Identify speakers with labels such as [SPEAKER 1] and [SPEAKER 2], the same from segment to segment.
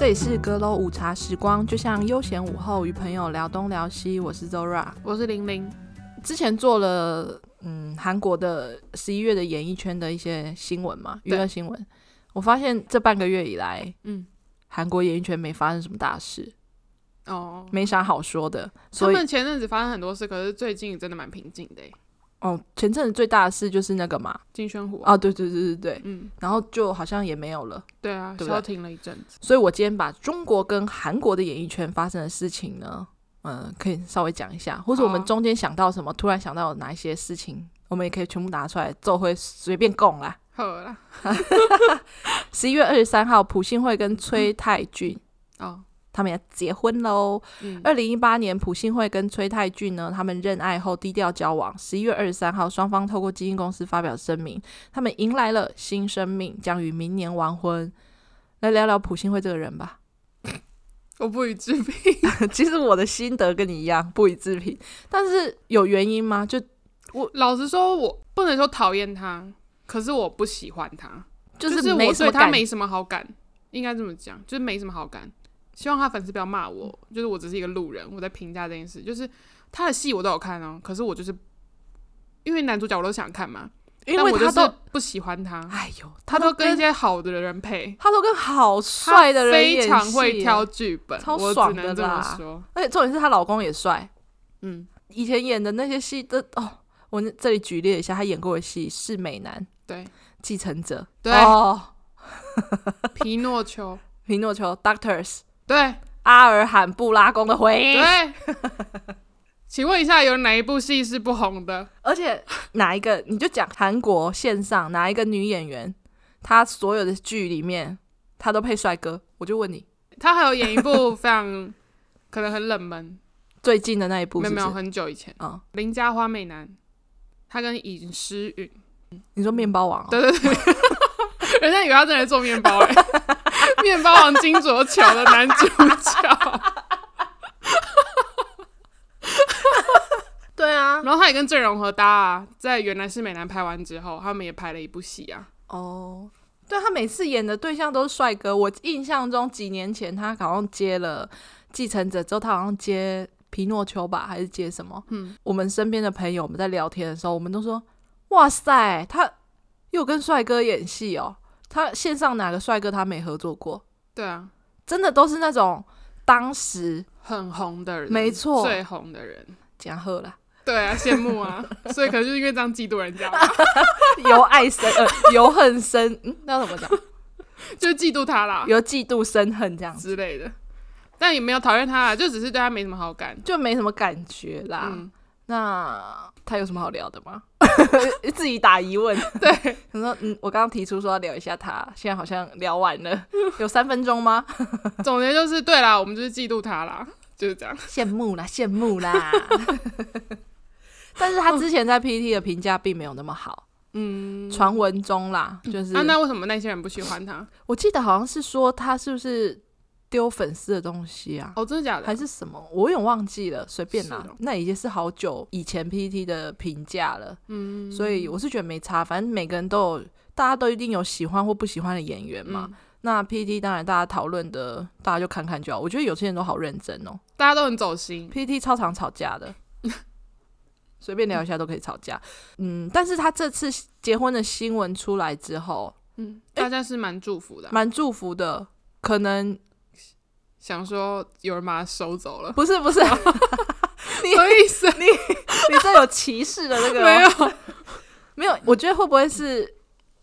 [SPEAKER 1] 里是阁楼午茶时光，就像悠闲午后与朋友聊东聊西。我是 Zora，
[SPEAKER 2] 我是玲玲。
[SPEAKER 1] 之前做了嗯韩国的十一月的演艺圈的一些新闻嘛，娱乐新闻。我发现这半个月以来，
[SPEAKER 2] 嗯，
[SPEAKER 1] 韩国演艺圈没发生什么大事，
[SPEAKER 2] 哦，
[SPEAKER 1] 没啥好说的。
[SPEAKER 2] 他
[SPEAKER 1] 所以
[SPEAKER 2] 们前阵子发生很多事，可是最近真的蛮平静的耶。
[SPEAKER 1] 哦，前阵子最大的事就是那个嘛，
[SPEAKER 2] 金宣虎，
[SPEAKER 1] 啊，对对对对对，
[SPEAKER 2] 嗯，
[SPEAKER 1] 然后就好像也没有了。
[SPEAKER 2] 对啊，
[SPEAKER 1] 对不对
[SPEAKER 2] 消停了一阵子。
[SPEAKER 1] 所以我今天把中国跟韩国的演艺圈发生的事情呢，嗯、可以稍微讲一下，或者我们
[SPEAKER 2] 好啊
[SPEAKER 1] 中间想到什么，突然想到有哪一些事情，我们也可以全部拿出来，奏会随便供啦。
[SPEAKER 2] 好啦，
[SPEAKER 1] 十一月二十三号，朴信惠跟崔泰俊。
[SPEAKER 2] 哦，
[SPEAKER 1] 他们要结婚喽！
[SPEAKER 2] 嗯，
[SPEAKER 1] 二零一八年，朴信惠跟崔泰俊呢，他们认爱后低调交往。十一月二十三号，双方透过基金公司发表声明，他们迎来了新生命，将于明年完婚。来聊聊朴信惠这个人吧。
[SPEAKER 2] 我不予置评。
[SPEAKER 1] 其实我的心得跟你一样不予置评，但是有原因吗？就
[SPEAKER 2] 老实说，我不能说讨厌他，可是我不喜欢他，
[SPEAKER 1] 就
[SPEAKER 2] 就是
[SPEAKER 1] 没
[SPEAKER 2] 我
[SPEAKER 1] 什
[SPEAKER 2] 对
[SPEAKER 1] 么
[SPEAKER 2] 他
[SPEAKER 1] 感，
[SPEAKER 2] 没什么好感，应该这么讲，就是没什么好感。希望他粉丝不要骂我，
[SPEAKER 1] 嗯
[SPEAKER 2] 就是我只是一个路人，我在评价这件事。就是他的戏我都有看哦，可是我就是因为男主角我都想看嘛，
[SPEAKER 1] 因
[SPEAKER 2] 但
[SPEAKER 1] 为
[SPEAKER 2] 我就
[SPEAKER 1] 他
[SPEAKER 2] 是
[SPEAKER 1] 都，
[SPEAKER 2] 不喜欢他，
[SPEAKER 1] 哎呦，
[SPEAKER 2] 他
[SPEAKER 1] 都
[SPEAKER 2] 都跟一些好的人配，
[SPEAKER 1] 他都跟好帅的人演
[SPEAKER 2] 非
[SPEAKER 1] 戏
[SPEAKER 2] 常会挑，剧本，
[SPEAKER 1] 超
[SPEAKER 2] 我
[SPEAKER 1] 爽
[SPEAKER 2] 只
[SPEAKER 1] 的
[SPEAKER 2] 能这么
[SPEAKER 1] 啦
[SPEAKER 2] 说。
[SPEAKER 1] 而且重点是她老公也帅。
[SPEAKER 2] 嗯，
[SPEAKER 1] 以前演的那些戏都哦，我这里举例一下，他演过的戏是《美男
[SPEAKER 2] 对，
[SPEAKER 1] 继承者》，
[SPEAKER 2] 对
[SPEAKER 1] 哦，
[SPEAKER 2] 皮诺丘，
[SPEAKER 1] 《皮诺丘》Doctors，
[SPEAKER 2] 对
[SPEAKER 1] 阿尔罕布拉宫的回忆，
[SPEAKER 2] 对。请问一下，有哪一部戏是不红的？
[SPEAKER 1] 而且哪一个你就讲韩国线上哪一个女演员，她所有的剧里面她都配帅哥，我就问你
[SPEAKER 2] 他还有演一部非常可能很冷门，
[SPEAKER 1] 最近的那一部
[SPEAKER 2] 没
[SPEAKER 1] 是 不
[SPEAKER 2] 有没
[SPEAKER 1] 是
[SPEAKER 2] 有？很久以前，
[SPEAKER 1] 嗯
[SPEAKER 2] 邻家花美男，他跟尹诗 允，
[SPEAKER 1] 你说面包王、哦，
[SPEAKER 2] 对对对，人家以为他真的在做面包哎、 面包王金卓乔的男主角，
[SPEAKER 1] 对啊，
[SPEAKER 2] 然后他也跟郑容和搭啊，在原来是美男拍完之后，他们也拍了一部戏啊，
[SPEAKER 1] 哦，对他每次演的对象都是帅哥。我印象中几年前他好像接了《继承者》之后，他好像接《皮诺丘》吧，还是接什么？
[SPEAKER 2] 嗯，
[SPEAKER 1] 我们身边的朋友，我们在聊天的时候，我们都说：“哇塞，他又跟帅哥演戏哦！他线上哪个帅哥他没合作过？
[SPEAKER 2] 对啊，
[SPEAKER 1] 真的都是那种当时
[SPEAKER 2] 很红的人，
[SPEAKER 1] 没错
[SPEAKER 2] 最红的人，
[SPEAKER 1] 讲贺啦，
[SPEAKER 2] 对啊，羡慕啊，所以可能就是因为这样嫉妒人家吧，
[SPEAKER 1] 由爱生 呃由恨生，嗯，那要怎么讲？
[SPEAKER 2] 就嫉妒他啦
[SPEAKER 1] 由嫉妒生恨这样子，
[SPEAKER 2] 之类的，但也没有讨厌他啦，就只是对他没什么好感。
[SPEAKER 1] 就没什么感觉啦。
[SPEAKER 2] 嗯，
[SPEAKER 1] 那他有什么好聊的吗？ 自己打疑 问。
[SPEAKER 2] 对，
[SPEAKER 1] 他说：“嗯，我刚刚提出说要聊一下他，现在好像聊完 了，有三分钟吗？
[SPEAKER 2] 总结就是对啦，我们就是嫉妒他啦，就是这样。
[SPEAKER 1] 羡慕啦，羡慕啦。 但是他之前在 PT 的评价并没有那么好，
[SPEAKER 2] 嗯，
[SPEAKER 1] 传闻中啦，就是、
[SPEAKER 2] 啊，那为什么那些人不喜欢他？
[SPEAKER 1] 我记得好像是说他是不是丢粉丝的东西啊？”
[SPEAKER 2] 哦，真的假的？
[SPEAKER 1] 还是什么，我有点忘记了，随便啦
[SPEAKER 2] 是哦。
[SPEAKER 1] 那已经是好久以前 PT 的评价了，
[SPEAKER 2] 嗯，
[SPEAKER 1] 所以我是觉得没差，反正每个人都有，大家都一定有喜欢或不喜欢的演员嘛。
[SPEAKER 2] 嗯，
[SPEAKER 1] 那 PT 当然大家讨论的，大家就看看就好。我觉得有些人都好认真哦
[SPEAKER 2] 大家都很走心。
[SPEAKER 1] ，PT 超常吵架 的，随便聊一下都可以吵架。嗯，但是他这次结婚的新闻出来之后，
[SPEAKER 2] 嗯，大家是蛮祝福的啊、
[SPEAKER 1] 蛮祝福的。可能
[SPEAKER 2] 想说有人把他收走了，
[SPEAKER 1] 不是不是， 你
[SPEAKER 2] 所以是
[SPEAKER 1] 这有歧视的那个哦、
[SPEAKER 2] 没有。
[SPEAKER 1] 没有，我觉得会不会是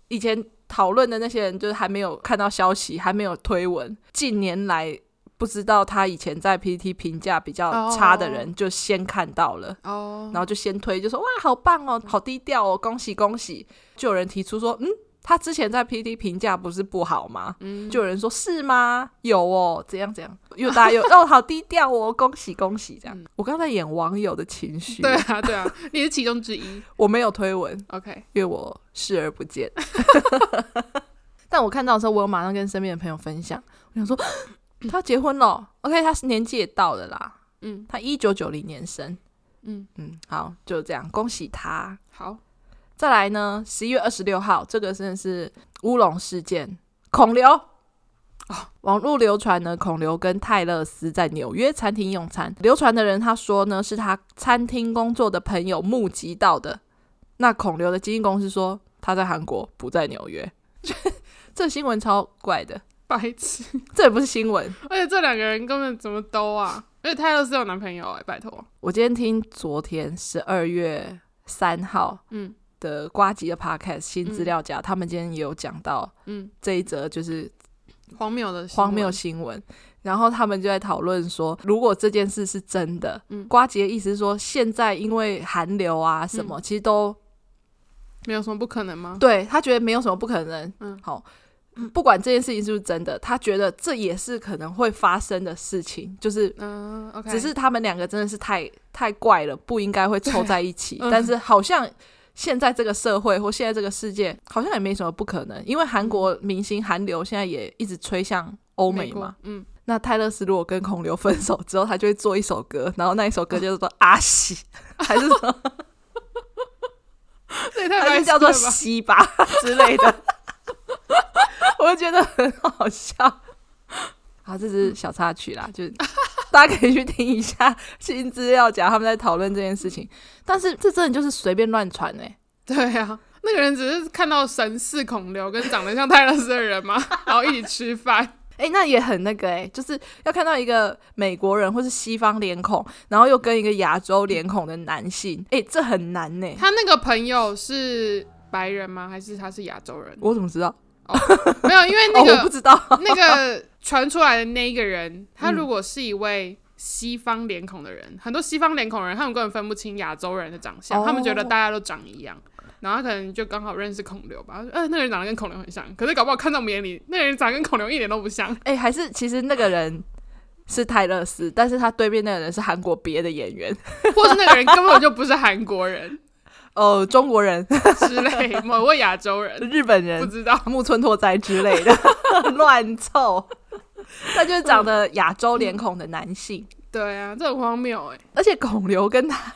[SPEAKER 1] 以前讨论的那些人，就是还没有看到消息，还没有推文，近年来不知道他以前在 PPT 评价比较差的人，就先看到了。
[SPEAKER 2] 哦，
[SPEAKER 1] 然后就先推，就说哇，好棒哦，好低调哦，恭喜恭喜！就有人提出说，嗯，他之前在 PT 评价不是不好吗？
[SPEAKER 2] 嗯，
[SPEAKER 1] 就有人说是吗？有哦，怎样怎样？又大家 又哦，好低调哦，恭喜恭喜！这样，
[SPEAKER 2] 嗯
[SPEAKER 1] 我刚才演网友的情绪，
[SPEAKER 2] 对啊，对啊， 你是其中之一。
[SPEAKER 1] 我没有推文，
[SPEAKER 2] OK，
[SPEAKER 1] 因为我视而不见。 但我看到的时候，我有马上跟身边的朋友分享，我想说他结婚了，OK，他是年纪也到了啦，
[SPEAKER 2] 嗯
[SPEAKER 1] 他一九九零年生，
[SPEAKER 2] 嗯，
[SPEAKER 1] 嗯，好，就这样，恭喜他。
[SPEAKER 2] 好，
[SPEAKER 1] 再来呢，十一月二十六号，这个真的是乌龙事件，孔刘哦网络流传呢，孔刘跟泰勒斯在纽约餐厅用餐。流传的人他说呢，是他餐厅工作的朋友目击到的。那孔刘的经纪公司说他在韩国，不在纽约。 这新闻超怪的，
[SPEAKER 2] 白痴！
[SPEAKER 1] 这也不是新闻。
[SPEAKER 2] 而且这两个人根本怎么兜啊？而且泰勒斯有男朋友哎、拜托。
[SPEAKER 1] 我今天听昨天十二月三号
[SPEAKER 2] 嗯
[SPEAKER 1] 的瓜吉的 podcast 新资料夹，他们今天也有讲到
[SPEAKER 2] 嗯，
[SPEAKER 1] 这一则就是
[SPEAKER 2] 荒谬的新闻
[SPEAKER 1] 荒谬新闻，然后他们就在讨论说，如果这件事是真的，
[SPEAKER 2] 嗯
[SPEAKER 1] 瓜吉的意思是说，现在因为寒流啊什
[SPEAKER 2] 嗯
[SPEAKER 1] 么，其实都
[SPEAKER 2] 没有什么不可能吗？
[SPEAKER 1] 对他觉得没有什么不可能。
[SPEAKER 2] 嗯
[SPEAKER 1] 好，不管这件事情是不是真的，他觉得这也是可能会发生的事情，就是
[SPEAKER 2] 嗯、o k
[SPEAKER 1] 只是他们两个真的是太太怪了，不应该会凑在一起。
[SPEAKER 2] 嗯
[SPEAKER 1] 但是好像现在这个社会或现在这个世界，好像也没什么不可能，因为韩国明星韩流现在也一直吹向欧美嘛。，
[SPEAKER 2] 嗯，
[SPEAKER 1] 那泰勒斯如果跟孔刘分手之后，他就会做一首歌，然后那一首歌就是说“阿西”，还是什 么，
[SPEAKER 2] 这也太
[SPEAKER 1] 还
[SPEAKER 2] 白
[SPEAKER 1] 是
[SPEAKER 2] 痴
[SPEAKER 1] 叫
[SPEAKER 2] 了
[SPEAKER 1] 做“
[SPEAKER 2] 吧！
[SPEAKER 1] 西吧”之类的，我就觉得很好笑。好，这只是小插曲啦，就大家可以去听一下新资料夹，他们在讨论这件事情。但是这真的就是随便乱传哎、
[SPEAKER 2] 对啊，那个人只是看到神似孔刘跟长得像泰勒斯的人嘛，然后一起吃饭，
[SPEAKER 1] 哎、那也很那个哎、就是要看到一个美国人或是西方脸孔，然后又跟一个亚洲脸孔的男性，哎、这很难呢、
[SPEAKER 2] 他那个朋友是白人吗？还是他是亚洲人？
[SPEAKER 1] 我怎么知道？
[SPEAKER 2] 没有，因为那
[SPEAKER 1] 哦，我不
[SPEAKER 2] 个、
[SPEAKER 1] 知道。
[SPEAKER 2] 那个传出来的那一个人，他
[SPEAKER 1] 嗯
[SPEAKER 2] 如果是一位。西方脸孔的人，很多西方脸孔人，他们根本分不清亚洲人的长相他们觉得
[SPEAKER 1] 哦
[SPEAKER 2] 大家都长一样，然后他可能就刚好认识孔刘吧，他说呃，那个人长得跟孔刘很像，可是搞不好看到我们眼里，那个人长得跟孔刘一点都不像，
[SPEAKER 1] 哎、还是其实那个人是泰勒斯，但是他对面那个人是韩国别的演员，
[SPEAKER 2] 或是那个人根本就不是韩 国人
[SPEAKER 1] 哦、中国人、
[SPEAKER 2] 之类，某位亚洲人，
[SPEAKER 1] 日本
[SPEAKER 2] 不
[SPEAKER 1] 人、
[SPEAKER 2] 知道。
[SPEAKER 1] 木村拓哉之类的， 乱凑。 他就是长得亚洲脸孔的男性，
[SPEAKER 2] 对啊，这很荒谬哎、
[SPEAKER 1] 而且孔刘跟他，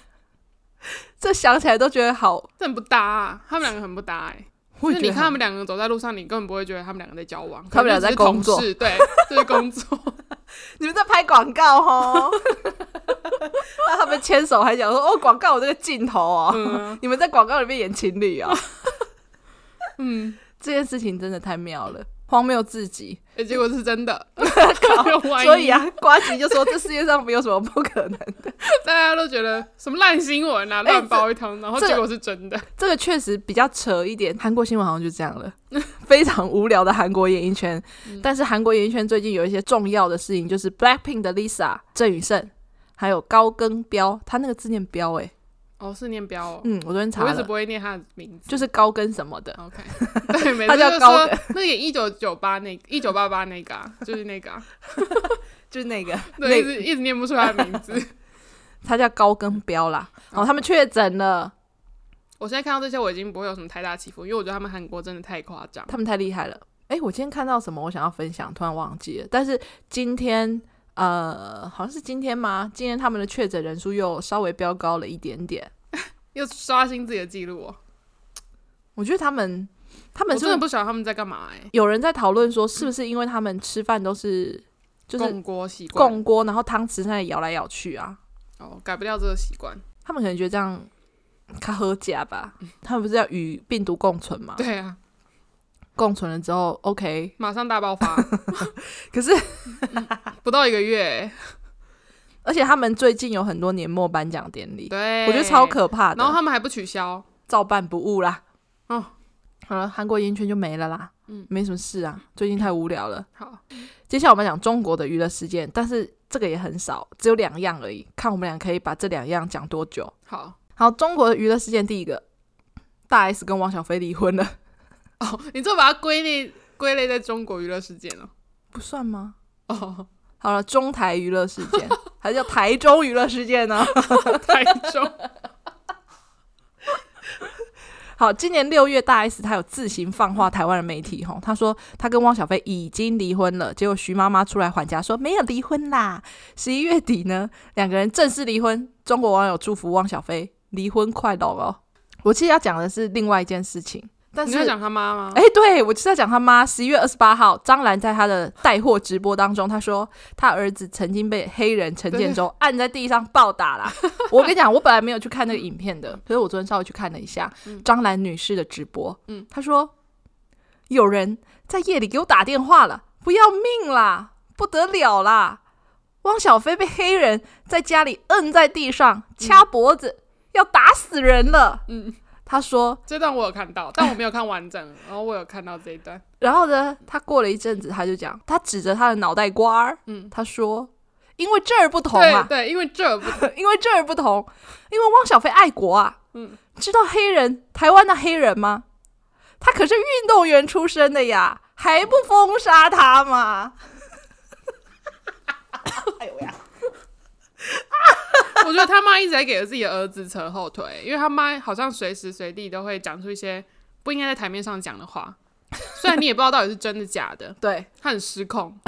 [SPEAKER 1] 这想起来都觉得好。
[SPEAKER 2] 这很不搭、啊，他们两个很不搭哎、
[SPEAKER 1] 我
[SPEAKER 2] 就
[SPEAKER 1] 也
[SPEAKER 2] 是
[SPEAKER 1] 觉得
[SPEAKER 2] 你看
[SPEAKER 1] 很
[SPEAKER 2] 他们两个走在路上，你根本不会觉得他们两个在交往，
[SPEAKER 1] 他们俩
[SPEAKER 2] 可能
[SPEAKER 1] 在
[SPEAKER 2] 就只是
[SPEAKER 1] 工作
[SPEAKER 2] 同事对，就是工作。
[SPEAKER 1] 你们在拍广告哦，那他们牵手还讲说哦，广告有这个镜头哦，
[SPEAKER 2] 嗯
[SPEAKER 1] 你们在广告里面演情侣哦，
[SPEAKER 2] 嗯，
[SPEAKER 1] 这件事情真的太妙了，荒谬至极。
[SPEAKER 2] 哎结果是 真的，万一
[SPEAKER 1] 所以，啊，瓜吉就说这世界上没有什么不可能。
[SPEAKER 2] 大家都觉得什么烂新闻啊，乱包一通，然后
[SPEAKER 1] 欸这
[SPEAKER 2] 结果是真的。
[SPEAKER 1] 这个确实比较扯一点，韩国新闻好像就这样 了，非常无聊的韩国演艺圈。
[SPEAKER 2] 嗯
[SPEAKER 1] 但是韩国演艺圈最近有一些重要的事情，就是 Blackpink 的 Lisa 郑宇盛，还有高更标，他那个字念标诶、
[SPEAKER 2] 哦，是念标哦，
[SPEAKER 1] 嗯，我昨天查
[SPEAKER 2] 我一直
[SPEAKER 1] 了，
[SPEAKER 2] 不会念他的名字。
[SPEAKER 1] 就是高跟什么的。
[SPEAKER 2] OK，对，每
[SPEAKER 1] 他
[SPEAKER 2] 次
[SPEAKER 1] 叫
[SPEAKER 2] 就
[SPEAKER 1] 高
[SPEAKER 2] 说那个一九九八那一九八八那个、啊，就是 那个、啊，
[SPEAKER 1] 就是那 个，
[SPEAKER 2] 对，
[SPEAKER 1] 那
[SPEAKER 2] 一直一直念不出他的名字。
[SPEAKER 1] 他叫高跟标啦。哦，他们确诊了，
[SPEAKER 2] 我现在看到这些，我已经不会有什么太大起伏，因为我觉得他们韩国真的太夸张。
[SPEAKER 1] 他们太厉害了。哎，我今天看到什么，我想要分享，突然忘记了。但是今天，呃，好像是今天吗？今天他们的确诊人数又稍微飙高了一点点。
[SPEAKER 2] 又刷新自己的记录哦，
[SPEAKER 1] 我觉得他们，他
[SPEAKER 2] 我
[SPEAKER 1] 们是
[SPEAKER 2] 真
[SPEAKER 1] 不
[SPEAKER 2] 的
[SPEAKER 1] 是
[SPEAKER 2] 不晓得他们在干嘛哎、
[SPEAKER 1] 有人在讨论说，是不是因为他们吃饭都是就是
[SPEAKER 2] 共锅习惯
[SPEAKER 1] 共锅，然后汤匙在摇来摇去啊？
[SPEAKER 2] 哦，改不掉这个习惯。
[SPEAKER 1] 他们可能觉得这样他喝假吧？他们不是要与病毒共存吗？
[SPEAKER 2] 对啊，
[SPEAKER 1] 共存了之后，OK，
[SPEAKER 2] 马上大爆 发，
[SPEAKER 1] 可是。
[SPEAKER 2] 不到一个月、
[SPEAKER 1] 而且他们最近有很多年末颁奖典礼，
[SPEAKER 2] 对，
[SPEAKER 1] 我觉得超。可怕的。
[SPEAKER 2] 然后他们还不取消，
[SPEAKER 1] 照办不误啦。
[SPEAKER 2] 哦，
[SPEAKER 1] 好了，韩国演艺圈就没了啦。
[SPEAKER 2] 嗯
[SPEAKER 1] 没什么事啊，最近太无聊了。
[SPEAKER 2] 好，
[SPEAKER 1] 接下来我们讲中国的娱乐事件，但是这个也很少，只有两样而已。看我们俩可以把这两样讲多久。
[SPEAKER 2] 好
[SPEAKER 1] 好，中国的娱乐事件第一个，大 S 跟王小飞离婚了，
[SPEAKER 2] 哦，你就把它归类归类在中国娱乐事件了。
[SPEAKER 1] 不算吗？
[SPEAKER 2] 哦，
[SPEAKER 1] 好了，中台娱乐事件，还是叫台中娱乐事件呢？
[SPEAKER 2] 台中，
[SPEAKER 1] 好，今年六月，大 S 她有自行放话台湾的媒体，吼，她说她跟汪小菲已经离婚了。结果徐妈妈出来还价说没有离婚啦。十一月底呢，两个人正式离婚。中国网友祝福汪小菲离婚快乐哦。我其实要讲的是另外一件事情， 但
[SPEAKER 2] 你
[SPEAKER 1] 是
[SPEAKER 2] 在讲他妈吗？
[SPEAKER 1] 哎、对我就是在讲他妈。十一月二十八号，张兰在她的带货直播当中，她说她儿子曾经被黑人陈建州按在地上暴打 啦。我跟你讲，我本来没有去看那个影片的，可是我昨天稍微去看了一下张兰女士的直播。
[SPEAKER 2] 嗯
[SPEAKER 1] 她说有人在夜里给我打电话了，不要命啦，不得了啦！汪小菲被黑人在家里摁在地上掐脖子，要打死人了。
[SPEAKER 2] 嗯，
[SPEAKER 1] 她说
[SPEAKER 2] 这段我有看到，但我没有看完整，然后我有看到这 一段。
[SPEAKER 1] 然后呢，他过了一阵子，他就讲，他指着他的脑袋瓜儿，
[SPEAKER 2] 嗯，
[SPEAKER 1] 他说：“因为这儿不同
[SPEAKER 2] 对
[SPEAKER 1] 啊，
[SPEAKER 2] 对，因为这不
[SPEAKER 1] 因为这儿不同，因为汪小菲爱国啊。”
[SPEAKER 2] 嗯，
[SPEAKER 1] 知道黑人台湾的黑人吗？他可是运动员出身的呀，还不封杀他吗？哎呦呀！
[SPEAKER 2] 我觉得他妈一直在给自己的儿子扯后腿，因为他妈好像随时随地都会讲出一些不应该在台面上讲的 话，虽然你也不知道到底是真的假的，
[SPEAKER 1] 对
[SPEAKER 2] 他很失控，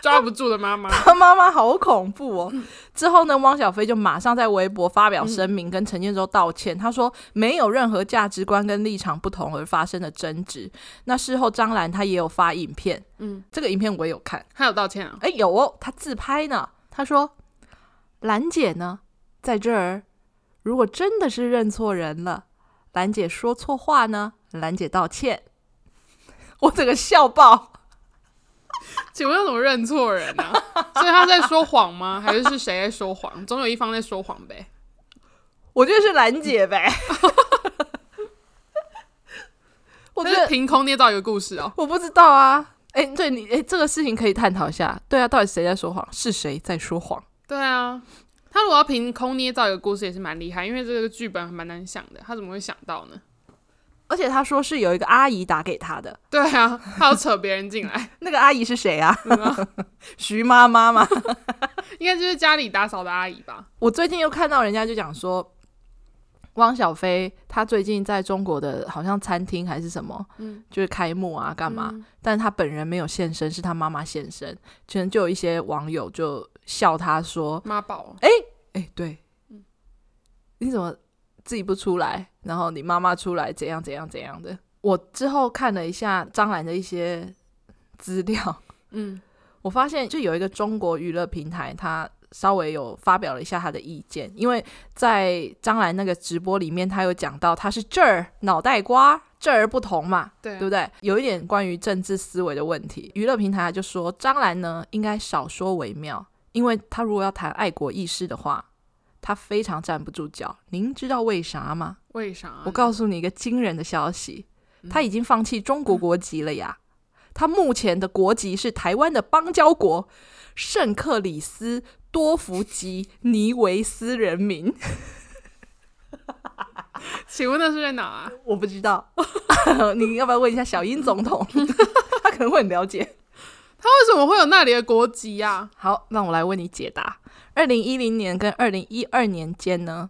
[SPEAKER 2] 抓不住的妈妈。
[SPEAKER 1] 他妈妈好恐怖哦！之后呢，汪小菲就马上在微博发表声明，跟陈建州道歉。他说没有任何价值观跟立场不同而发生的争执。那事后，张兰她也有发影片，
[SPEAKER 2] 嗯，
[SPEAKER 1] 这个影片我也有看，
[SPEAKER 2] 他有道歉啊，
[SPEAKER 1] 哎，有哦，她自拍呢。她说，兰姐呢，在这儿，如果真的是认错人了，兰姐说错话呢，兰姐道歉。我整个笑爆。
[SPEAKER 2] 请问要怎么认错人呢、啊？ 所以他在说谎吗？还是是谁在说谎？总有一方在说谎呗。
[SPEAKER 1] 我觉得是兰姐 呗。我觉
[SPEAKER 2] 他是
[SPEAKER 1] 得
[SPEAKER 2] 凭空捏造一个故事哦。
[SPEAKER 1] 我不知道啊。哎、对你，哎、这个事情可以探讨一下。对啊，到底谁在说谎？是谁在说谎？
[SPEAKER 2] 对啊，他如果要凭空捏造一个故事也是蛮厉害，因为这个剧本蛮难想的，他怎么会想到呢？
[SPEAKER 1] 而且他说是有一个阿姨打给他的，
[SPEAKER 2] 对啊，他要扯别人进来，
[SPEAKER 1] 那个阿姨是谁啊？ 徐妈妈吗？
[SPEAKER 2] 应该就是家里打扫的阿姨吧？
[SPEAKER 1] 我最近又看到人家就讲说，汪小菲他最近在中国的好像餐厅还是什么，
[SPEAKER 2] 嗯
[SPEAKER 1] 就是开幕啊，干嘛？但他本人没有现身，是他妈妈现身。可能就有一些网友就笑他说，
[SPEAKER 2] 妈宝，
[SPEAKER 1] 哎、对，你怎么自己不出来，然后你妈妈出来，怎样怎样怎样的？我之后看了一下张兰的一些资料，
[SPEAKER 2] 嗯
[SPEAKER 1] 我发现就有一个中国娱乐平台，它稍微有发表了一下他的意见，因为在张兰那个直播里面，他有讲到他是这儿脑袋瓜这儿不同嘛，
[SPEAKER 2] 对啊
[SPEAKER 1] 对不对？有一点关于政治思维的问题，娱乐平台就说张兰呢应该少说为妙，因为她如果要谈爱国意识的话，她非常站不住脚。您知道为啥吗？
[SPEAKER 2] 为啥啊呢？
[SPEAKER 1] 我告诉你一个惊人的消息，她已经放弃中国国籍了呀。她目前的国籍是台湾的邦交国圣克里斯多福吉尼维斯人民。
[SPEAKER 2] 请问那是在哪啊？
[SPEAKER 1] 我不知道， 你要不要问一下小英总统？ 他可能会很了解。
[SPEAKER 2] 他为什么会有那里的国籍啊呀、
[SPEAKER 1] 好，让我来为你解答。二零一零年跟二零一二年间呢，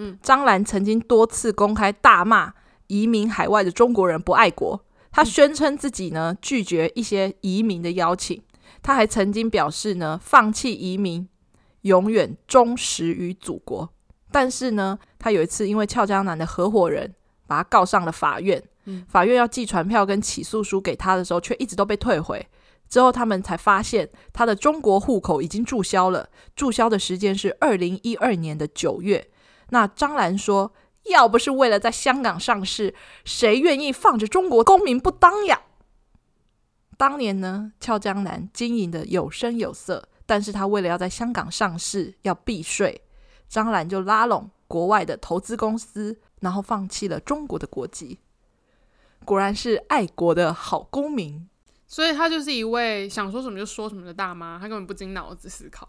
[SPEAKER 2] 嗯，
[SPEAKER 1] 张兰曾经多次公开大骂移民海外的中国人不爱国。
[SPEAKER 2] 嗯
[SPEAKER 1] 她宣称自己呢拒绝一些移民的邀请，她还曾经表示呢放弃移民，永远忠实于祖国。但是呢，她有一次因为俏江南的合伙人把她告上了法院，
[SPEAKER 2] 嗯
[SPEAKER 1] 法院要寄传票跟起诉书给她的时候，却一直都被退回。之后他们才发现他的中国户口已经注销了，注销的时间是二零一二年的九月。那张兰说，要不是为了在香港上市，谁愿意放着中国公民不当呀？当年呢，俏江南经营的有声有色，但是他为了要在香港上市要避税，张兰就拉拢国外的投资公司，然后放弃了中国的国籍。果然是爱国的好公民。
[SPEAKER 2] 所以他就是一位想说什么就说什么的大妈，他根本不经脑子思考，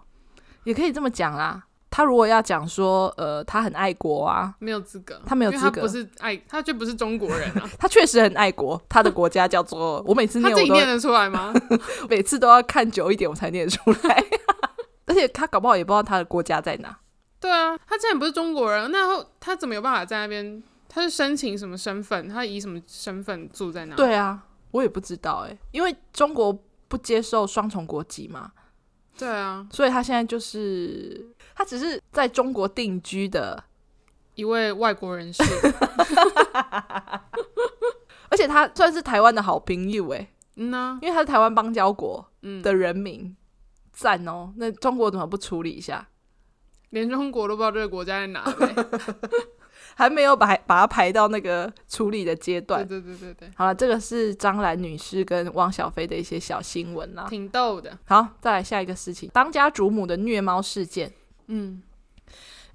[SPEAKER 1] 也可以这么讲啦。他如果要讲说，呃，他很爱国啊，
[SPEAKER 2] 没有资格。
[SPEAKER 1] 他没有
[SPEAKER 2] 因为
[SPEAKER 1] 资
[SPEAKER 2] 他
[SPEAKER 1] 格
[SPEAKER 2] 不是爱，他就不是中国人 啊。
[SPEAKER 1] 他确实很爱国，他的国家叫 做……我每次
[SPEAKER 2] 他
[SPEAKER 1] 念我
[SPEAKER 2] 自己
[SPEAKER 1] 都
[SPEAKER 2] 念得出来吗？
[SPEAKER 1] 每次都要看久一点，我才念得出来。 而且他搞不好也不知道他的国家在哪。
[SPEAKER 2] 对啊，他既然不是中国人，啊那后他怎么有办法在那边？他是申请什么身份？他以什么身份住在那？，
[SPEAKER 1] 对啊，我也不知道哎、因为中国不接受双重国籍嘛，
[SPEAKER 2] 对啊，
[SPEAKER 1] 所以他现在就是他只是在中国定居的
[SPEAKER 2] 一位外国 人士，
[SPEAKER 1] 而且他算是台湾的好朋友哎，
[SPEAKER 2] 嗯呐、
[SPEAKER 1] 因为他是台湾邦交国
[SPEAKER 2] 嗯，
[SPEAKER 1] 的人民，赞哦。那中国怎么不处理一下？
[SPEAKER 2] 连中国都不知道这个国家在哪 呗。
[SPEAKER 1] 还没有把把它排到那个处理的阶
[SPEAKER 2] 对
[SPEAKER 1] 段。
[SPEAKER 2] 对对对对，
[SPEAKER 1] 好了，这个是张兰女士跟汪小菲的一些小新闻啦。
[SPEAKER 2] 挺逗的。
[SPEAKER 1] 好，再来下一个事情，当家主母的虐猫事件。
[SPEAKER 2] 嗯，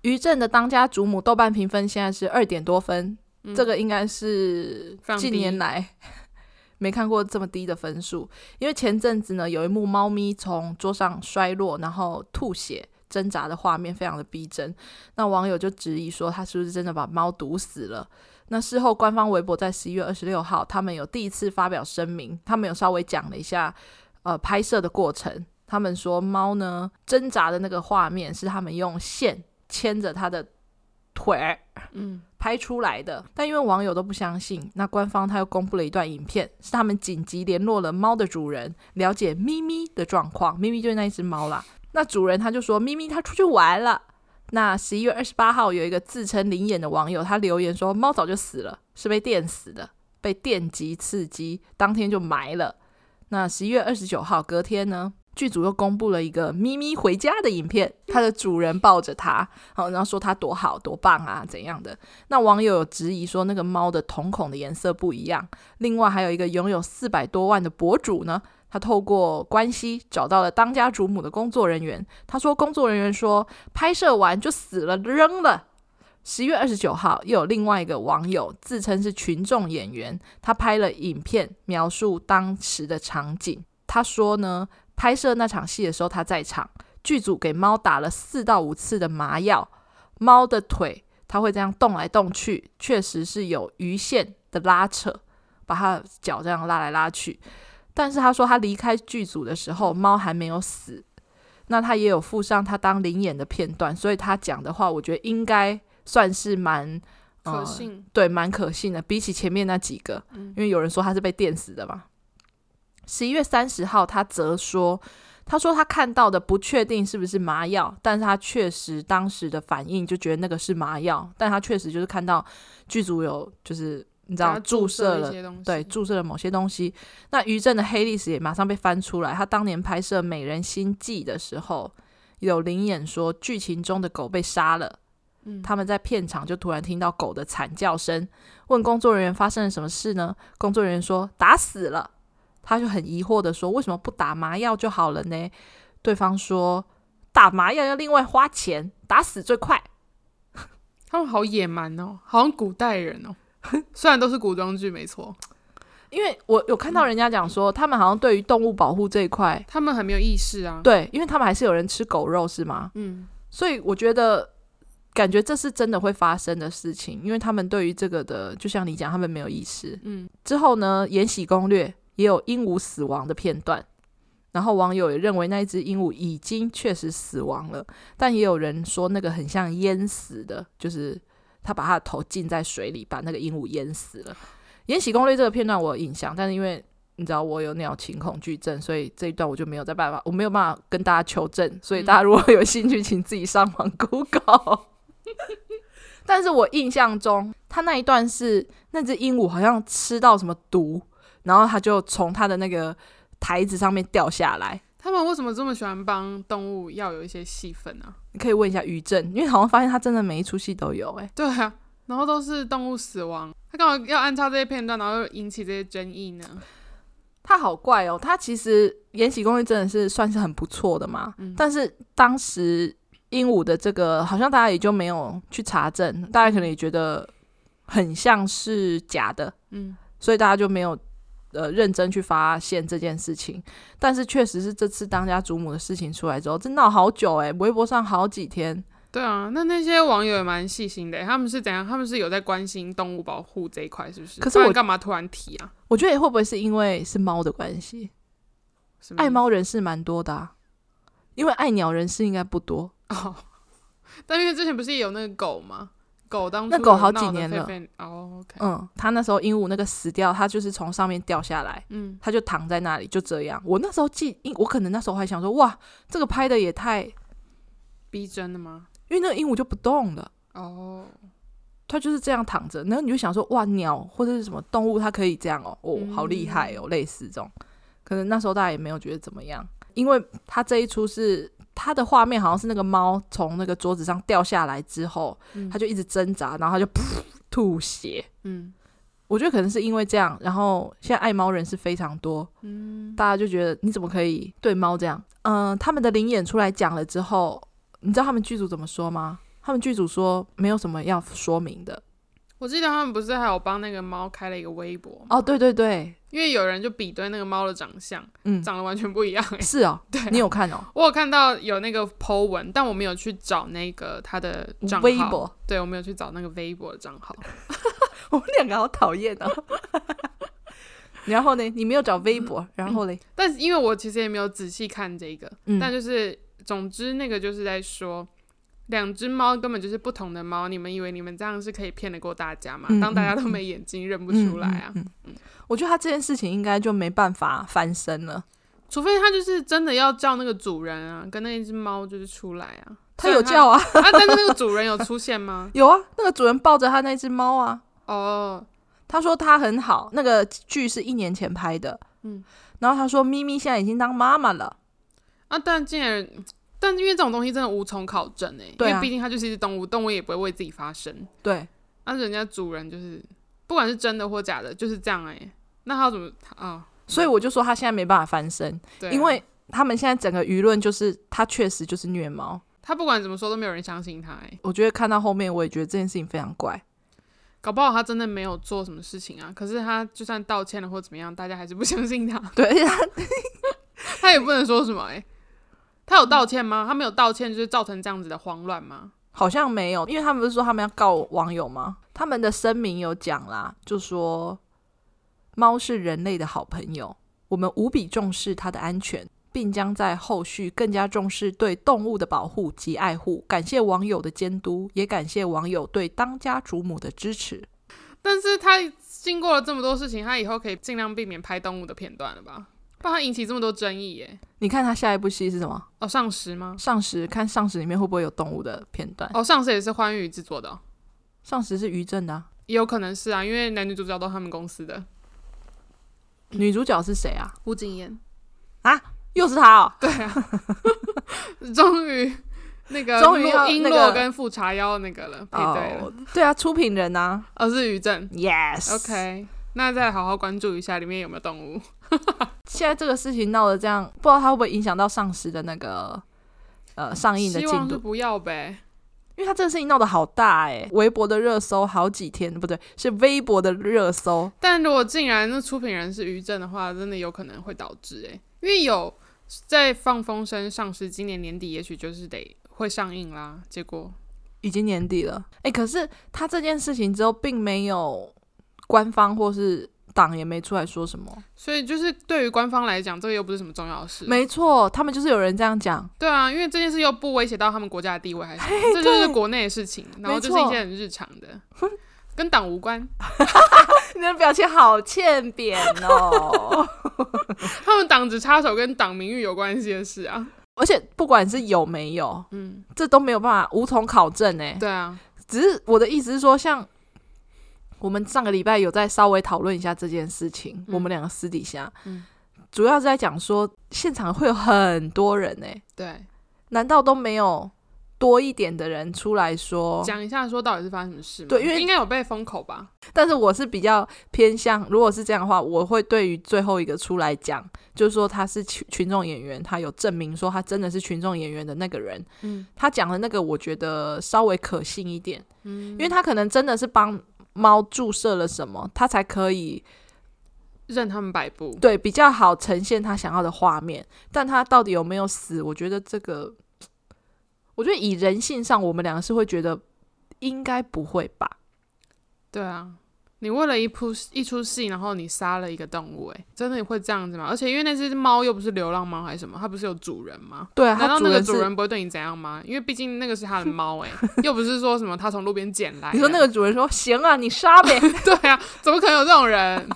[SPEAKER 1] 于正的当家主母豆瓣评分现在是二点多分，
[SPEAKER 2] 嗯
[SPEAKER 1] 这个应该是
[SPEAKER 2] 放
[SPEAKER 1] 近
[SPEAKER 2] 低
[SPEAKER 1] 年来 没看过这么低的分数。因为前阵子呢，有一幕猫咪从桌上摔落，然后吐血挣扎的画面非常的逼真，那网友就质疑说他是不是真的把猫毒死了。那事后，官方微博在十一月二十六号，他们有第一次发表声明，他们有稍微讲了一下呃拍摄的过程。他们说猫呢挣扎的那个画面是他们用线牵着它的腿儿
[SPEAKER 2] 嗯，
[SPEAKER 1] 拍出来的，但因为网友都不相信，那官方他又公布了一段影片，是他们紧急联络了猫的主人，了解咪咪的状况。咪咪就是那一只猫啦。那主人他就说咪咪它出去玩了。那十一月二十八号有一个自称灵眼的网友，他留言说猫早就死了，是被电死的，被电击刺激，当天就埋了。那十一月二十九号隔天呢，剧组又公布了一个咪咪回家的影片，它的主人抱着它，好，然后说它多好多棒啊怎样的。那网友有质疑说，那个猫的瞳孔的颜色不一样。另外，还有一个拥有四百多万的博主呢，他透过关系找到了当家主母的工作人员。他说，工作人员说拍摄完就死了，扔了。十月二十九号，又有另外一个网友自称是群众演员，他拍了影片描述当时的场景。他说呢，拍摄那场戏的时候他在场，剧组给猫打了四到五次的麻药，猫的腿它会这样动来动去，确实是有鱼线的拉扯，把它的脚这样拉来拉去。但是他说他离开剧组的时候，猫还没有死。那他也有附上他当灵眼的片段，所以他讲的话，我觉得应该算是蛮
[SPEAKER 2] 可
[SPEAKER 1] 呃
[SPEAKER 2] 信。
[SPEAKER 1] 对，蛮可信的。比起前面那几个，
[SPEAKER 2] 嗯
[SPEAKER 1] 因为有人说他是被电死的嘛。十一月三十号，他则说，他说他看到的不确定是不是麻药，但是他确实当时的反应就觉得那个是麻药，但他确实就是看到剧组有就是你知
[SPEAKER 2] 然
[SPEAKER 1] 道
[SPEAKER 2] 后
[SPEAKER 1] 注射
[SPEAKER 2] 了
[SPEAKER 1] 了
[SPEAKER 2] 一些东西，
[SPEAKER 1] 对，注射了某些东西。那于正的黑历史也马上被翻出来。他当年拍摄《美人心计》的时候，有灵眼说剧情中的狗被杀了。
[SPEAKER 2] 嗯
[SPEAKER 1] 他们在片场就突然听到狗的惨叫声，问工作人员发生了什么事呢？工作人员说打死了。他就很疑惑的说：“为什么不打麻药就好了呢？”对方说：“打麻药要另外花钱，打死最快。”
[SPEAKER 2] 他们好野蛮哦，好像古代 人哦。虽然都是古装剧，没错，
[SPEAKER 1] 因为我有看到
[SPEAKER 2] 嗯
[SPEAKER 1] 人家讲说，他们好像对于动物保护这一块
[SPEAKER 2] 他们很没有意识啊。
[SPEAKER 1] 对，因为他们还是有人吃狗肉，是吗？
[SPEAKER 2] 嗯，
[SPEAKER 1] 所以我觉得，感觉这是真的会发生的事情，因为他们对于这个的，就像你讲，他们没有意识。
[SPEAKER 2] 嗯，
[SPEAKER 1] 之后呢，《延禧攻略》也有鹦鹉死亡的片段，然后网友也认为那一只鹦鹉已经确实死亡了，但也有人说那个很像淹死的，就是他把他的头浸在水里，把那个鹦鹉淹死了。《延禧攻略》这个片段我有印象，但是因为你知道我有鸟禽恐惧症，所以这一段我就没有在办法，我没有办法跟大家求证，所以大家如果有兴趣，请自己上网 Google。但是我印象中，他那一段是那只鹦鹉好像吃到什么毒，然后它就从它的那个台子上面掉下来。
[SPEAKER 2] 他们为什么这么喜欢帮动物要有一些戏份啊？
[SPEAKER 1] 你可以问一下于正，因为好像发现他真的每一出戏都有、欸。
[SPEAKER 2] 对啊，然后都是动物死亡，他干嘛要安插这些片段，然后又引起这些争议呢？
[SPEAKER 1] 他好怪哦，他其实《延禧攻略》真的是算是很不错的嘛，但是当时鹦鹉的这个好像大家也就没有去查证，大家可能也觉得很像是假的，
[SPEAKER 2] 嗯，
[SPEAKER 1] 所以大家就没有呃认真去发现这件事情。但是确实是这次当家主母的事情出来之后，真闹好久诶、微博上好几天。
[SPEAKER 2] 对啊，那那些网友也蛮细心的，他们是怎样？他们是有在关心动物保护这一块，是不是？
[SPEAKER 1] 可是
[SPEAKER 2] 不然
[SPEAKER 1] 我
[SPEAKER 2] 干嘛突然提啊？
[SPEAKER 1] 我觉得会不会是因为是猫的关系，
[SPEAKER 2] 什么意思
[SPEAKER 1] 爱猫人士蛮多的、啊，因为爱鸟人士应该不多。
[SPEAKER 2] 哦， 但因为之前不是也有那个狗吗？狗当初
[SPEAKER 1] 那狗
[SPEAKER 2] 有
[SPEAKER 1] 好几
[SPEAKER 2] 闹得
[SPEAKER 1] 年
[SPEAKER 2] 沸
[SPEAKER 1] 了
[SPEAKER 2] 沸哦，OK，
[SPEAKER 1] 嗯，他那时候鹦鹉那个死掉，他就是从上面掉下来，
[SPEAKER 2] 嗯，
[SPEAKER 1] 他就躺在那里，就这样。我那时候记，因我可能那时候还想说，哇，这个拍的也太，因
[SPEAKER 2] 逼真的吗？
[SPEAKER 1] 为那个鹦鹉就不动了。
[SPEAKER 2] 哦，
[SPEAKER 1] 他就是这样躺着，然后你就想说，哇，鸟或者是什么动物，它可以这样哦，哦，好厉害哦，类似这种。可能那时候大家也没有觉得怎么样，因为他这一出是他的画面好像是那个猫从那个桌子上掉下来之后，
[SPEAKER 2] 嗯
[SPEAKER 1] 它就一直挣扎，然后它就噗吐血。
[SPEAKER 2] 嗯
[SPEAKER 1] 我觉得可能是因为这样，然后现在爱猫人是非常多，
[SPEAKER 2] 嗯，
[SPEAKER 1] 大家就觉得你怎么可以对猫这样？嗯、他们的灵演出来讲了之后，你知道他们剧组怎么说吗？他们剧组说没有什么要说明的。
[SPEAKER 2] 我记得他们不是还有帮那个猫开了一个微博吗，
[SPEAKER 1] 哦，对对对，
[SPEAKER 2] 因为有人就比对那个猫的长相，
[SPEAKER 1] 嗯，
[SPEAKER 2] 长得完全不一样、欸。
[SPEAKER 1] 是哦，
[SPEAKER 2] 对啊
[SPEAKER 1] 你有看哦？
[SPEAKER 2] 我有看到有那个 Po 文，但我没有去找那个他的账号，
[SPEAKER 1] 微博，
[SPEAKER 2] 对我没有去找那个微博的账号。
[SPEAKER 1] 我们两个好讨厌哦。 然后呢，你没有找微
[SPEAKER 2] 嗯
[SPEAKER 1] 博，然后嘞，
[SPEAKER 2] 但是因为我其实也没有仔细看这个，
[SPEAKER 1] 嗯
[SPEAKER 2] 但就是总之那个就是在说，两只猫根本就是不同的猫。你们以为你们这样是可以骗得过大家吗？
[SPEAKER 1] 嗯
[SPEAKER 2] 当大家都没眼睛认不出来啊，
[SPEAKER 1] 我觉得他这件事情应该就没办法翻身了。
[SPEAKER 2] 除非他就是真的要叫那个主人啊，跟那一只猫就是出来啊。
[SPEAKER 1] 他有叫
[SPEAKER 2] 啊，
[SPEAKER 1] 啊，？
[SPEAKER 2] 啊，但是那个主人有出现吗
[SPEAKER 1] 有啊，那个主人抱着他那只猫啊，
[SPEAKER 2] 哦，
[SPEAKER 1] 他说他很好，那个剧是一年前拍的，
[SPEAKER 2] 嗯，
[SPEAKER 1] 然后他说咪咪现在已经当妈妈了，
[SPEAKER 2] 啊，但竟然，但因为这种东西真的无从考证哎、
[SPEAKER 1] 对啊
[SPEAKER 2] 因为毕竟它就是一只动物，动物也不会为自己发声，
[SPEAKER 1] 对，
[SPEAKER 2] 那、人家主人就是不管是真的或假的，就是这样哎、那他要怎么啊？
[SPEAKER 1] 所以我就说他现在没办法翻身，
[SPEAKER 2] 对啊，
[SPEAKER 1] 因为他们现在整个舆论就是他确实就是虐猫，
[SPEAKER 2] 他不管怎么说都没有人相信他哎、
[SPEAKER 1] 我觉得看到后面我也觉得这件事情非常怪，
[SPEAKER 2] 搞不好他真的没有做什么事情啊，可是他就算道歉了或怎么样，大家还是不 相信他，
[SPEAKER 1] 对，而且他
[SPEAKER 2] 他也不能说什么哎、他有道歉吗？他没有道歉，就是造成这样子的慌乱吗？
[SPEAKER 1] 好像没有，因为他们不是说他们要告网友吗？他们的声明有讲啦，就说猫是人类的好朋友，我们无比重视它的安全，并将在后续更加重视对动物的保护及爱护。感谢网友的监督，也感谢网友对当家主母的支持。
[SPEAKER 2] 但是他经过了这么多事情，他以后可以尽量避免拍动物的片段了吧？不然他引起这么多争议耶、
[SPEAKER 1] 你看他下一部戏是什么？
[SPEAKER 2] 哦，上石吗？
[SPEAKER 1] 上时看上时里面会不会有动物的片段？
[SPEAKER 2] 哦，上石也是欢愉制作的哦、
[SPEAKER 1] 上时是于正的啊、
[SPEAKER 2] 也有可能是啊，因为男女主角都他们公司的。
[SPEAKER 1] 女主角是谁啊？
[SPEAKER 2] 吴谨言，
[SPEAKER 1] 又是他哦。
[SPEAKER 2] 对啊，终于那个
[SPEAKER 1] 终于要
[SPEAKER 2] 璎
[SPEAKER 1] 那个
[SPEAKER 2] 珞跟富察腰那个了，配对了，
[SPEAKER 1] 哦，对啊，出品人啊。
[SPEAKER 2] 哦，是于正。
[SPEAKER 1] Yes。
[SPEAKER 2] OK，那再好好关注一下里面有没有动物。
[SPEAKER 1] 现在这个事情闹得这样，不知道它会不会影响到上市的那个呃上映的
[SPEAKER 2] 希
[SPEAKER 1] 进
[SPEAKER 2] 望
[SPEAKER 1] 度
[SPEAKER 2] 是，不要呗。
[SPEAKER 1] 因为它这个事情闹得好大哎、微博的热搜好几天，不对，是微博的热搜。
[SPEAKER 2] 但如果竟然那出品人是于正的话，真的有可能会导致哎、因为有在放风声上市，今年年底也许就是得会上映啦。结果
[SPEAKER 1] 已经年底了，哎、可是他这件事情之后，并没有官方或是党也没出来说什么。
[SPEAKER 2] 所以就是对于官方来讲，这个又不是什么重要的事。
[SPEAKER 1] 没错，他们就是有人这样讲，
[SPEAKER 2] 对啊，因为这件事又不威胁到他们国家的地位，还是什么这就是国内的事情，然后就是一件很日常的，跟党无关。
[SPEAKER 1] 你的表情好欠扁哦。
[SPEAKER 2] 他们党只插手跟党名誉有关系的事 啊。
[SPEAKER 1] 而且不管是有没有，
[SPEAKER 2] 嗯，
[SPEAKER 1] 这都没有办法无从考证哎、
[SPEAKER 2] 对啊，
[SPEAKER 1] 只是我的意思是说，像我们上个礼拜有在稍微讨论一下这件事情，
[SPEAKER 2] 嗯
[SPEAKER 1] 我们两个私底下，
[SPEAKER 2] 嗯
[SPEAKER 1] 主要是在讲说现场会有很多人哎、
[SPEAKER 2] 对，
[SPEAKER 1] 难道都没有多一点的人出来说？
[SPEAKER 2] 讲一下说到底是发生什么事吗？
[SPEAKER 1] 哦对因为
[SPEAKER 2] 应该有被封口吧？
[SPEAKER 1] 但是我是比较偏向，如果是这样的话，我会对于最后一个出来讲，就是说他是群群众演员，他有证明说他真的是群众演员的那个人，
[SPEAKER 2] 嗯
[SPEAKER 1] 他讲的那个我觉得稍微可信一点。
[SPEAKER 2] 嗯，
[SPEAKER 1] 因为他可能真的是帮猫注射了什么，他才可以
[SPEAKER 2] 任他们摆布。
[SPEAKER 1] 对比较好呈现他想要的画面。但他到底有没有死？我觉得这个，我觉得以人性上，我们两个是会觉得应该不会吧？
[SPEAKER 2] 对啊，你为了一出一出戏，然后你杀了一个动物、欸，真的你会这样子吗？而且因为那只猫又不是流浪猫还是什么，它不是有主人吗？
[SPEAKER 1] 对啊，
[SPEAKER 2] 难道
[SPEAKER 1] 他
[SPEAKER 2] 那个
[SPEAKER 1] 人
[SPEAKER 2] 主
[SPEAKER 1] 是
[SPEAKER 2] 人不会对你怎样吗？因为毕竟那个是他的猫 哎、又不是说什么他从路边捡来的。
[SPEAKER 1] 你说那个主人说行啊，你杀呗，
[SPEAKER 2] 对啊，怎么可能有这种人？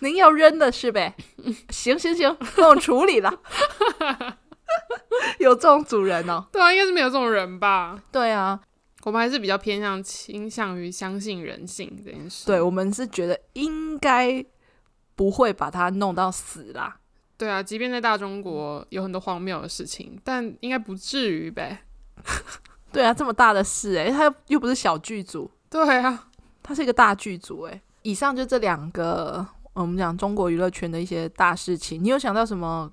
[SPEAKER 1] 您要扔的是呗？ 行行行，帮我处理了。 有这种主人哦？哦
[SPEAKER 2] 对啊，应该是没有这种人吧？
[SPEAKER 1] 对啊，
[SPEAKER 2] 我们还是比较偏向倾向于相信人性这件事。
[SPEAKER 1] 对，我们是觉得应该不会把它弄到死啦。
[SPEAKER 2] 对啊，即便在大中国有很多荒谬的事情，但应该不至于呗。
[SPEAKER 1] 对啊，这么大的事诶、它又又不是小剧组，
[SPEAKER 2] 对啊，
[SPEAKER 1] 它是一个大剧组诶、以上就这两个，呃我们讲中国娱乐圈的一些大事情。你有想到什么？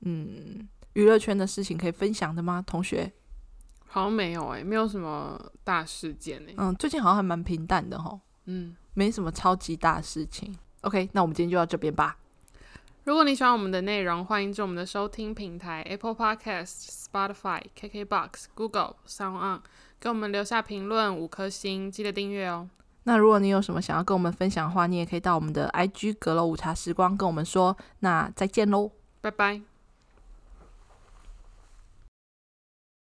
[SPEAKER 1] 嗯，娱乐圈的事情可以分享的吗，同学？
[SPEAKER 2] 好像没有哎、没有什么大事件哎、
[SPEAKER 1] 嗯，最近好像还蛮平淡的吼，
[SPEAKER 2] 嗯，
[SPEAKER 1] 没什么超级大事情。OK，那我们今天就到这边吧。
[SPEAKER 2] 如果你喜欢我们的内容，欢迎至我们的收听平台 Apple Podcast、Spotify、KKBox、Google、Sound On，给我们留下评论五颗星，记得订阅哦。
[SPEAKER 1] 那如果你有什么想要跟我们分享的话，你也可以到我们的 IG 阁楼午茶时光跟我们说。那再见喽。
[SPEAKER 2] 拜拜。